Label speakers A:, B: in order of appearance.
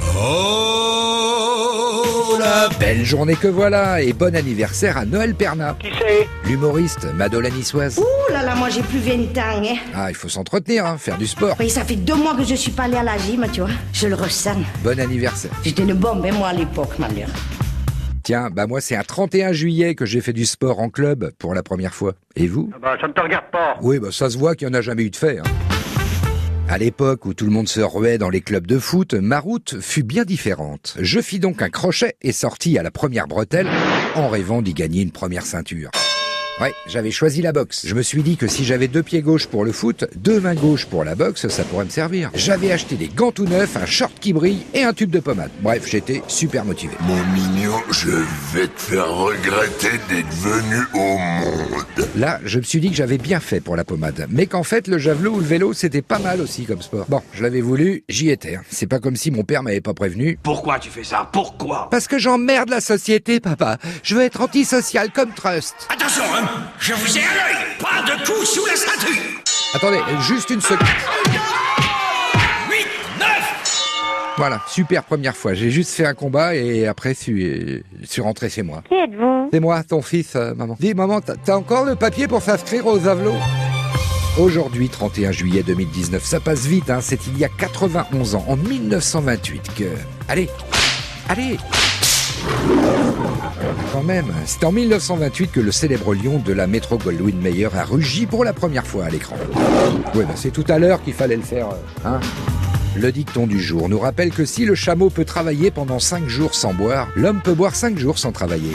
A: la
B: Oh, Belle journée que voilà et bon anniversaire à Noël Perna,
C: Qui c'est
B: l'humoriste Madeleine Niçoise.
D: Ouh Oh là là, moi j'ai plus 20 ans, hein.
B: Ah, il faut s'entretenir, hein, faire du sport.
D: Oui, ça fait deux mois que je suis pas allée à la gym, tu vois. Je le ressens.
B: Bon anniversaire.
D: J'étais une bombe, hein, moi, à l'époque, malheur.
B: Tiens, bah moi c'est un 31 juillet que j'ai fait du sport en club pour la première fois. Et vous
C: Ah bah, Ça ne te regarde pas.
B: Oui, bah ça se voit qu'il n'y en a jamais eu de fait. hein. À l'époque où tout le monde se ruait dans les clubs de foot, ma route fut bien différente. Je fis donc un crochet et sortis à la première bretelle en rêvant d'y gagner une première ceinture. Ouais, j'avais choisi la boxe. Je me suis dit que si j'avais deux pieds gauches pour le foot, deux mains gauches pour la boxe, ça pourrait me servir. J'avais acheté des gants tout neufs, un short qui brille et un tube de pommade. Bref, j'étais super motivé.
A: Mon mignon, je vais te faire regretter d'être venu au monde.
B: Là, je me suis dit que j'avais bien fait pour la pommade, mais qu'en fait, le javelot ou le vélo, c'était pas mal aussi comme sport. Bon, je l'avais voulu, j'y étais. hein. C'est pas comme si mon père m'avait pas prévenu.
E: Pourquoi tu fais ça Pourquoi
B: Parce que j'emmerde la société, papa. Je veux être antisocial comme Trust.
E: Attention, hein Je vous ai à l'œil Pas de coups sous la ceinture
B: Attendez, juste une seconde.
E: 8, 9
B: Voilà, super première fois. J'ai juste fait un combat et après, je suis- je suis rentré chez moi.
F: Qui êtes-vous
B: C'est moi, ton fils, euh, maman. Dis, maman, t'as- t'as encore le papier pour s'inscrire aux avelots Aujourd'hui, 31 juillet 2019, ça passe vite, hein, c'est il y a 91 ans, en 1928, que... Allez, allez quand même, c'est en 1928 que le célèbre lion de la métro Goldwyn Mayer a rugi pour la première fois à l'écran. Ouais, bah, c'est tout à l'heure qu'il fallait le faire, euh, hein le dicton du jour nous rappelle que si le chameau peut travailler pendant 5 jours sans boire, l'homme peut boire 5 jours sans travailler.